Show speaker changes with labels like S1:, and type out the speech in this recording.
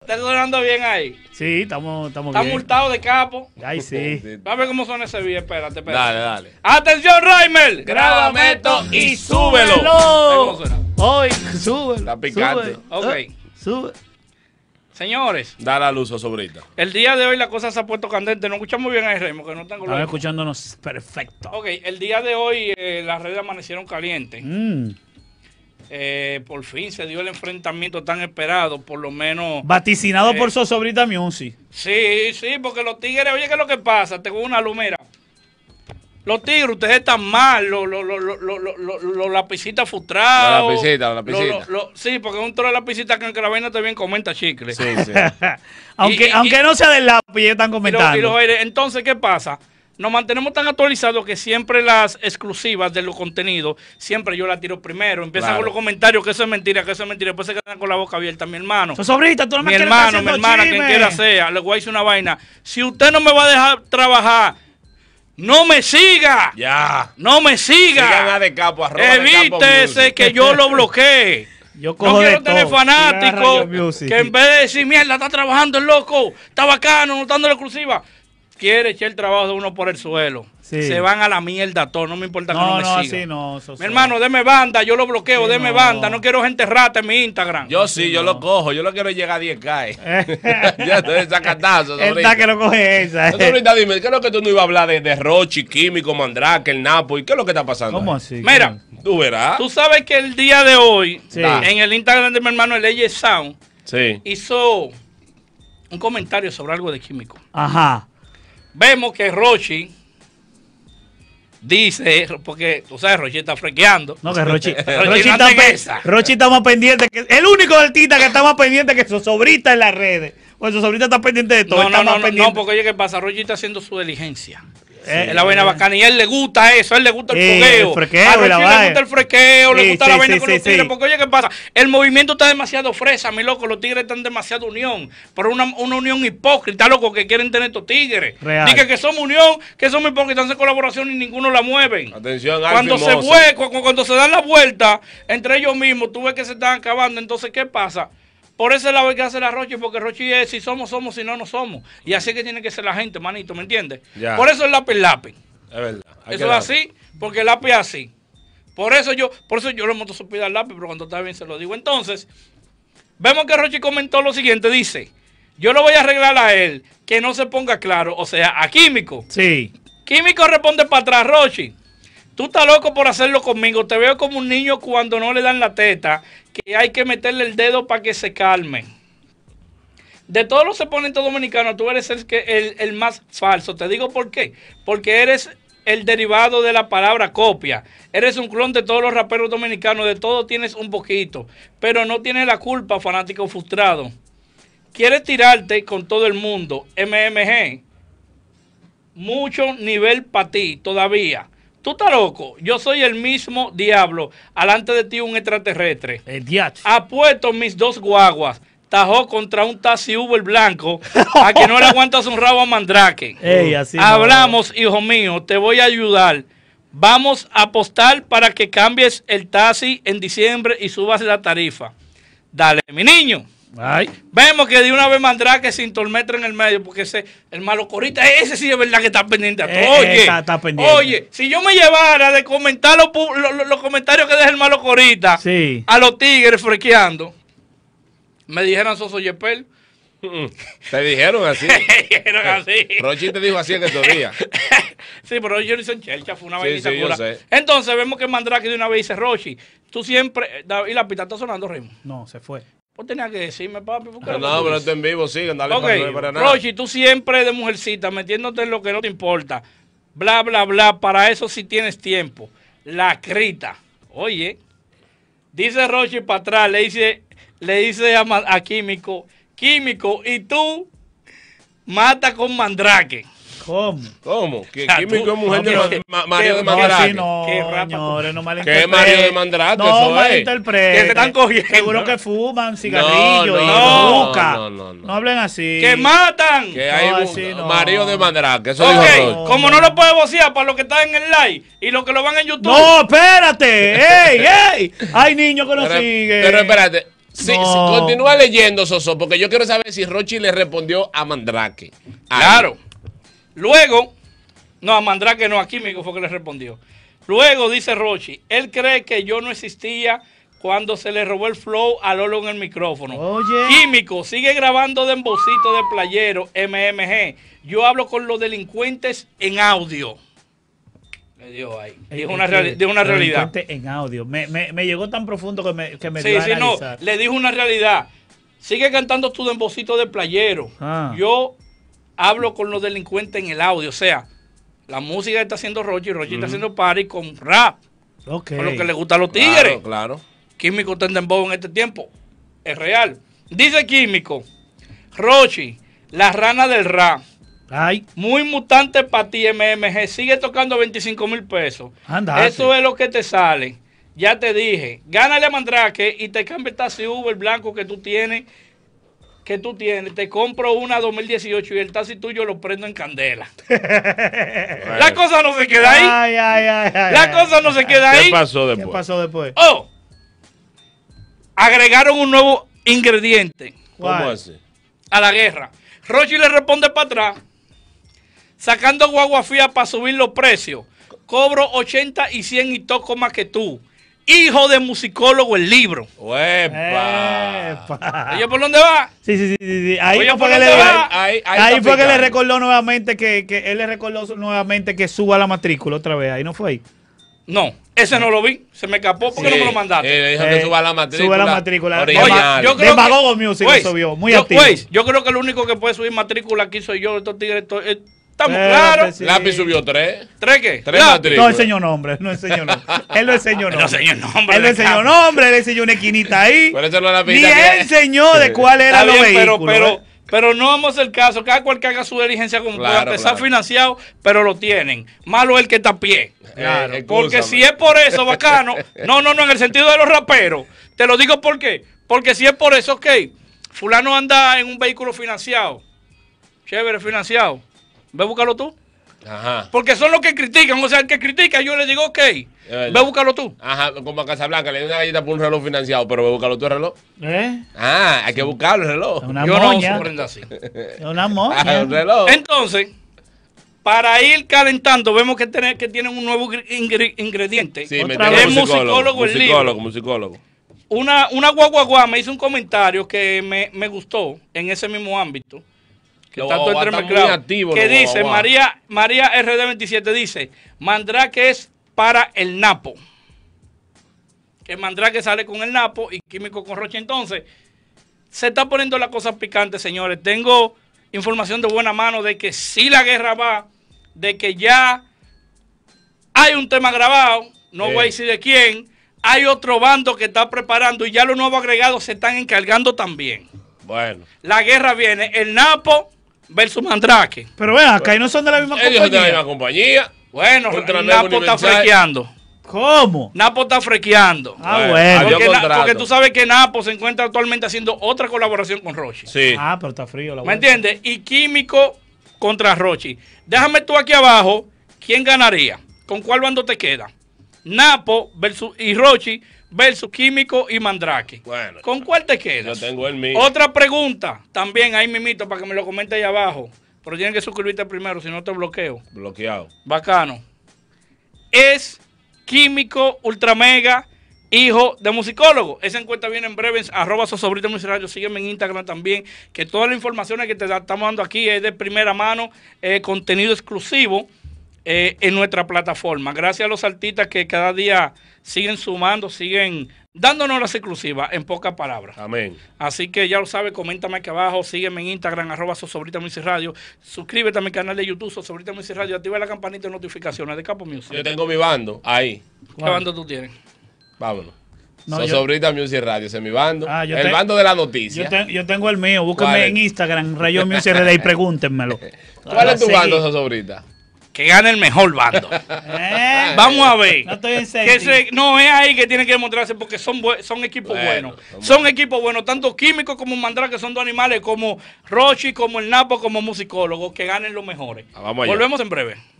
S1: está sonando bien ahí.
S2: Sí, estamos, estamos
S1: Está
S2: bien.
S1: multado de capo.
S2: Ay, sí.
S1: Va a ver cómo suena ese bien, espérate, espérate.
S3: Dale, dale.
S1: Atención, Raimel. Grábame esto y súbelo. ¿Cómo suena?
S2: Hoy, súbelo.
S3: Está picante.
S2: sube.
S1: Ok.
S2: Ah, Sube.
S1: Señores,
S3: Dale a luz, sobrita.
S1: el día de hoy la cosa se ha puesto candente. No escuchamos bien ahí, Raymond, que no tengo
S2: Están
S1: la-
S2: escuchándonos perfecto.
S1: Ok, el día de hoy eh, las redes amanecieron calientes.
S2: Mm.
S1: Eh, por fin se dio el enfrentamiento tan esperado, por lo menos.
S2: Vaticinado
S1: Eh.
S2: por Sosobrita Music.
S1: Sí, sí, porque los tigres, oye, ¿qué es lo que pasa? Tengo una lumera. Los tigres, ustedes están mal, los lo, lo, lo, lo, lo- lo- lo lapicitas frustrados.
S3: Los lapicitas,
S1: Lo-
S3: los
S1: lo-
S3: lapicitas.
S1: lo- sí, porque es un tro de lapicitas que aunque la vaina te bien comenta chicle.
S3: Sí, sí.
S2: Aunque,
S1: y-
S2: aunque no sea del lápiz, ya están
S1: Y los-
S2: comentando.
S1: y los aires. Entonces, ¿qué pasa? Nos mantenemos tan actualizados que siempre las exclusivas de los contenidos, siempre yo las tiro primero. Empiezan
S3: Claro.
S1: con los comentarios que eso es mentira, que eso es mentira. Después se quedan con la boca abierta, mi hermano.
S2: Sosobrita, tú no me
S1: mi
S2: quieres estar
S1: hermano, mi
S2: haciendo
S1: hermana, quien
S2: chisme.
S1: quiera sea, le voy a decir una vaina. Si usted no me va a dejar trabajar, no me siga.
S3: Ya.
S1: No me
S3: Sigan
S1: siga.
S3: a de capo, arroba de capo
S1: Evítese
S3: music.
S1: que yo lo bloqueee.
S2: Yo cojo
S1: No
S2: de
S1: quiero tener
S2: todo.
S1: fanáticos
S2: Radio Music.
S1: que en vez de decir, mierda, está trabajando el loco, está bacano, no está dando la exclusiva. Quiere echar el trabajo de uno por el suelo.
S2: Sí.
S1: Se van a la mierda todos, no me importa que no
S2: No,
S1: me
S2: no,
S1: sigan.
S2: así no. Soso.
S1: Mi hermano, deme banda, yo lo bloqueo,
S2: Sí,
S1: deme
S2: no.
S1: banda, no quiero gente rata en mi Instagram.
S3: Yo sí, yo lo cojo. Yo lo quiero llegar a 10K. ya estoy desacatado,
S2: Él está que
S3: sobrita.
S2: lo coge eh. esa.
S3: Sobrita, dime, ¿qué es lo que tú no ibas a hablar de, de Rochi, Químico, Mandrake, el Napo? ¿Y qué es lo que está pasando?
S2: ¿Cómo
S3: ahí?
S2: así?
S1: Mira,
S3: Tú verás.
S1: tú sabes que el día de hoy,
S2: Ah.
S1: Ah.
S2: Sí.
S1: en el Instagram de mi hermano, el Eye Sound,
S3: Sí.
S1: hizo un comentario sobre algo de químico.
S2: Ajá.
S1: Vemos que Rochi dice, porque tú sabes, Rochi está frequeando.
S2: No, que Rochi,
S1: Rochi
S2: Rochi,
S1: no
S2: está,
S1: hace
S2: pe-
S1: esa.
S2: Rochi está más pendiente que. El único artista que está más pendiente que Sosobrita en las redes. Pues Sosobrita está pendiente de todo.
S1: No,
S2: está
S1: no,
S2: más
S1: no, no,
S2: pendiente.
S1: no, porque oye, ¿qué pasa? Rochi está haciendo su diligencia.
S2: Eh,
S1: Es la vaina bacana. Y a él le gusta eso, a él le gusta el
S2: Sí,
S1: fogueo.
S2: el frequeo
S1: a
S2: y la
S1: Rochi le
S2: vaina.
S1: gusta el frequeo, le
S2: Sí,
S1: gusta
S2: sí,
S1: la vaina
S2: sí,
S1: con
S2: sí,
S1: los tigres.
S2: sí.
S1: Porque oye, ¿qué pasa? El movimiento está demasiado fresa, mi loco. Los tigres están demasiado unión. Pero una, una unión hipócrita, loco, que quieren tener estos tigres.
S2: Real.
S1: Dicen que somos unión, que somos hipócritas, hacen colaboración y ninguno la mueven.
S3: Atención,
S1: Cuando
S3: Alfie
S1: se,
S3: Moses.
S1: fue, cu- cu- cuando se dan la vuelta entre ellos mismos, tú ves que se están acabando. Entonces, ¿qué pasa? Por ese lado hay que hacer la Rochi, porque Rochi es si somos, somos, si no, no somos. Y así es que tiene que ser la gente, manito, ¿me entiendes?
S3: Ya.
S1: Por eso el lápiz lápiz.
S3: Es verdad.
S1: Eso
S3: hay que
S1: es
S3: dar.
S1: así, porque el lápiz es así. Por eso yo, por eso yo le monto su pida al lápiz, pero cuando está bien se lo digo. Entonces, vemos que Rochi comentó lo siguiente, dice, yo lo voy a arreglar a él, que no se ponga claro, o sea, a químico.
S2: Sí.
S1: Químico responde para atrás, Rochi. Tú estás loco por hacerlo conmigo. Te veo como un niño cuando no le dan la teta, que hay que meterle el dedo para que se calme. De todos los exponentes dominicanos, tú eres el, que, el, el más falso. Te digo por qué. Porque eres el derivado de la palabra copia. Eres un clon de todos los raperos dominicanos. De todo tienes un poquito. Pero no tienes la culpa, fanático frustrado. Quieres tirarte con todo el mundo. MMG mucho nivel para ti todavía. Tú estás loco. Yo soy el mismo diablo. Alante de ti un extraterrestre.
S2: El diacho.
S1: Apuesto mis dos guaguas. Tajó contra un taxi Uber blanco a que no le aguantas un rabo a Mandrake.
S2: Ey, así no.
S1: Hablamos, hijo mío, te voy a ayudar. Vamos a apostar para que cambies el taxi en diciembre y subas la tarifa. Dale, mi niño.
S2: Ay.
S1: Vemos que de una vez Mandrake sin tormenta en el medio, porque ese, el malo corita, ese sí es verdad que está pendiente a todo.
S2: Eh, eh,
S1: Oye,
S2: está- está pendiente.
S1: oye, si yo me llevara de comentar los, pu- lo- lo- los comentarios que deja el malo corita
S2: Sí.
S1: a los tigres frequeando, me dijeran Soso Yepel.
S3: Te dijeron así.
S1: Me dijeron así.
S3: Rochi te dijo así en estos días.
S1: Sí, pero ellos lo dicen chelcha, fue una
S3: Sí,
S1: vainita
S3: sí, yo
S1: pura.
S3: sé.
S1: Entonces vemos que Mandrake de una vez dice, Rochi, tú siempre, David, la pita está sonando ritmo.
S2: No, se fue.
S1: Vos tenías que decirme, papi, ¿por qué
S3: No,
S1: no me
S3: pero
S1: dices?
S3: esto en vivo, sigan, dale para, no hay
S1: Ok,
S3: para nada.
S1: Rochi, tú siempre de mujercita, metiéndote en lo que no te importa. Bla, bla, bla. Para eso sí tienes tiempo. La crita. Oye. Dice Rochi para atrás, le dice, le dice a, Ma- a Químico, Químico, y tú mata con mandrake.
S2: ¿Cómo?
S3: ¿Cómo? Que
S1: sea,
S3: Químico
S1: tú-
S3: es mujer de
S1: no,
S3: Ma-
S1: que-
S3: Ma- Mario de
S1: que-
S2: No,
S3: Mandrake.
S2: así no,
S1: Qué rapa
S2: señores, no malinterpreten.
S3: ¿Qué Mario de Mandrake,
S2: No
S3: eso es?
S2: malinterpreten.
S3: Eh,
S1: Que se están cogiendo.
S2: Seguro que fuman cigarrillos
S3: No,
S2: y
S3: no,
S2: juca.
S3: no, no, no.
S2: hablen así.
S1: ¡Que matan!
S3: Que
S2: No,
S3: hay un-
S2: así no.
S3: Mario de Mandrake, eso dijo
S1: ok,
S3: Rochi.
S2: Rochi.
S1: como no lo puedo vocear para los que están en el live y los que lo van en YouTube.
S2: No, espérate. ¡Ey, ey! Hay niños que nos
S3: Pero,
S2: siguen.
S3: pero espérate, Sí,
S2: No.
S3: sí, continúa leyendo, Soso, porque yo quiero saber si Rochi le respondió a Mandrake. Ahí.
S1: Claro. Luego, no, a Mandrake no, a Químico fue que le respondió. Luego dice Rochi, él cree que yo no existía cuando se le robó el flow a Lolo en el micrófono.
S2: Oye.
S1: Químico, sigue grabando de embocito de playero, MMG. Yo hablo con los delincuentes en audio. Le dio ahí. Dijo una, reali- dijo una
S2: Lo
S1: realidad.
S2: encuentre En audio. Me, me- me llegó tan profundo que me, que me
S1: Sí,
S2: dio a
S1: sí, no.
S2: analizar.
S1: Le dijo una realidad. Sigue cantando tu dembocito de playero.
S2: Ah.
S1: Yo hablo con los delincuentes en el audio. O sea, la música está haciendo Rochi, Rochi está haciendo party con rap.
S2: Ok.
S1: Con lo que le gusta a los
S3: Claro,
S1: tigres.
S3: Claro.
S1: Químico está en dembow en este tiempo. Es real. Dice Químico, Rochi, la rana del rap.
S2: Ay,
S1: Muy mutante para ti, MMG. Sigue tocando 25 mil pesos.
S2: Andate.
S1: Eso es lo que te sale. Ya te dije, gánale a Mandrake y te cambio esta el blanco que tú tienes. Que tú tienes. Te compro una 2018 y el taxi tuyo lo prendo en candela.
S2: Eh,
S1: La
S3: Bueno,
S1: cosa no se queda ahí.
S2: ay, ay, ay, ay,
S1: La
S2: ay.
S1: cosa no se queda
S3: ¿Qué
S1: ahí.
S3: pasó
S2: ¿Qué
S3: después?
S2: pasó después?
S1: Oh, agregaron un nuevo ingrediente.
S3: ¿Cómo
S2: ¿Cuál?
S3: así?
S1: a la guerra. Rochi le responde para atrás, sacando guagua fía para subir los precios. Cobro 80 y 100 y toco más que tú. Hijo de musicólogo el libro.
S3: ¡Uepa! Ah.
S2: Epa.
S1: Oye, ¿por dónde va?
S2: Sí, sí, sí, sí, sí. Ahí
S1: Oye,
S2: fue que
S1: ¿por
S2: le
S1: dónde
S2: ahí-
S1: va?
S3: Ahí, ahí
S2: ahí
S3: está
S2: fue que le
S3: picando.
S2: recordó nuevamente que, que él le recordó nuevamente que suba la matrícula otra vez. Ahí no fue ahí.
S1: No, ese no lo vi. Se me escapó porque no me lo mandaste.
S3: Eh, le dijo que
S2: Eh,
S3: suba la matrícula.
S2: suba la matrícula.
S3: Original.
S2: Oye, yo creo- Demagogo Music lo
S1: Weiss,
S2: subió, muy
S1: yo,
S2: activo.
S1: Weiss, yo creo que el único que puede subir matrícula aquí soy yo. Estos tigres, estos- eh, estamos
S2: Espérate,
S1: claros.
S2: pues sí.
S3: Lápiz subió tres.
S1: ¿Tres qué?
S3: Tres
S1: Ya.
S3: matrículas.
S2: No enseñó nombre, no enseñó nombre. Él no enseñó
S1: No
S2: nombre.
S1: enseñó nombre.
S2: Él no
S1: de
S2: enseñó
S1: cambio.
S2: nombre, él enseñó una esquinita ahí.
S3: Pero esa no es la
S2: Ni
S3: vida que-
S2: él enseñó de cuál era
S1: Está
S2: los
S1: bien, pero,
S2: vehículos.
S1: pero,
S2: ¿eh?
S1: pero no vamos el caso. Cada cual que haga su diligencia como
S3: Claro,
S1: pueda. Está
S3: claro.
S1: financiado, pero lo tienen. Malo el que está a pie.
S3: Claro. Eh,
S1: porque
S3: excúsame.
S1: si es por eso, bacano. No, no, no, en el sentido de los raperos. Te lo digo por qué. Porque si es por eso, ok. Fulano anda en un vehículo financiado. Chévere, financiado. Ve a buscarlo tú.
S3: Ajá.
S1: Porque son los que critican. O sea, el que critica, yo le digo, ok.
S3: verdad.
S1: Ve a buscarlo tú.
S3: Ajá, como a Casablanca, le dio una galleta por un reloj financiado, pero voy a buscarlo tú el reloj.
S2: ¿Eh?
S3: Ah, hay que buscarlo el reloj.
S2: Una
S1: yo no
S2: moña.
S1: uso prenda así.
S2: Una
S3: Ah,
S2: moña.
S3: el reloj.
S1: Entonces, para ir calentando, vemos que, tiene- que tienen un nuevo ingre- ingre- ingrediente.
S3: Sí,
S2: Otra
S3: me
S2: vez.
S3: tiene
S1: Es musicólogo
S3: musicólogo,
S1: el
S3: musicólogo, musicólogo.
S1: Una, una guaguaguá me hizo un comentario que me, me gustó en ese mismo ámbito. Que
S3: Los
S1: está todo
S3: guaguaguá están
S1: entremezclado,
S3: muy activos,
S1: que
S3: los
S1: dice
S3: guaguaguá.
S1: María, María RD27 dice, Mandrake es para el Napo. Que Mandrake sale con el Napo y Químico con Roche. Entonces, se está poniendo la cosa picante, señores. Tengo información de buena mano de que sí la guerra va, de que ya hay un tema grabado, no
S3: Sí.
S1: voy a decir de quién, hay otro bando que está preparando y ya los nuevos agregados se están encargando también.
S3: Bueno.
S1: La guerra viene, el Napo versus Mandrake.
S2: Pero vean, acá y no son de la misma
S3: Ellos son de la misma
S2: compañía.
S3: compañía.
S1: Bueno,
S3: Contra
S1: el
S3: Nuevo
S1: Napo está
S3: Universal.
S1: frequeando.
S2: ¿Cómo?
S1: Napo está frequeando.
S2: Ah, bueno.
S3: adiós
S1: porque, Na-
S3: contrato.
S1: porque tú sabes que Napo se encuentra actualmente haciendo otra colaboración con Roche.
S3: Sí.
S2: Ah, pero está frío la
S1: ¿Me
S2: vuelta.
S1: entiendes? Y Químico contra Rochi. Déjame tú aquí abajo, ¿quién ganaría? ¿Con cuál bando te queda? Napo versus y Rochi versus Químico y Mandrake.
S3: Bueno.
S1: ¿Con cuál te quedas?
S3: Yo tengo el mío.
S1: Otra pregunta, también ahí mimito para que me lo comente ahí abajo. Pero tienes que suscribirte primero, si no te bloqueo.
S3: Bloqueado.
S1: Bacano. Es químico ultramega, hijo de musicólogo. Esa encuesta viene en breve, en arroba sosobrita musicario. Sígueme en Instagram también, que todas las informaciones que te da- estamos dando aquí es de primera mano, eh, contenido exclusivo eh, en nuestra plataforma. Gracias a los artistas que cada día siguen sumando, siguen dándonos las exclusivas, en pocas palabras.
S3: Amén.
S1: Así que ya lo sabes, coméntame aquí abajo, sígueme en Instagram, arroba Sosobrita Music Radio, suscríbete a mi canal de YouTube, Sosobrita Music Radio, activa la campanita de notificaciones de Capo Music.
S3: Yo tengo mi bando. Ahí.
S1: ¿Qué bando tú tienes?
S3: Vámonos.
S2: No,
S3: So-
S2: yo-
S3: Sobrita Music Radio, ese es mi bando.
S2: Ah, yo
S3: el
S2: te-
S3: bando de la
S2: Yo,
S3: noticia.
S2: ten- yo tengo el mío,
S3: ¿Cuál
S2: búscame
S3: es?
S2: en Instagram, Rayo Music RD y pregúntenmelo.
S3: ¿Cuál es tu
S2: Ahora sí.
S3: bando, Sobrita?
S1: Que gane el mejor bando.
S2: ¿Eh?
S1: Vamos a ver.
S2: No estoy en
S1: Que
S2: senti.
S1: se- no es ahí que tienen que demostrarse porque son, bue- son equipos
S3: Bueno,
S1: buenos.
S3: vamos.
S1: Son equipos buenos, tanto químicos como Mandrake, son dos animales, como Rochi, como el Napo, como musicólogos, que ganen los mejores.
S3: Ah, vamos allá.
S1: Volvemos en breve.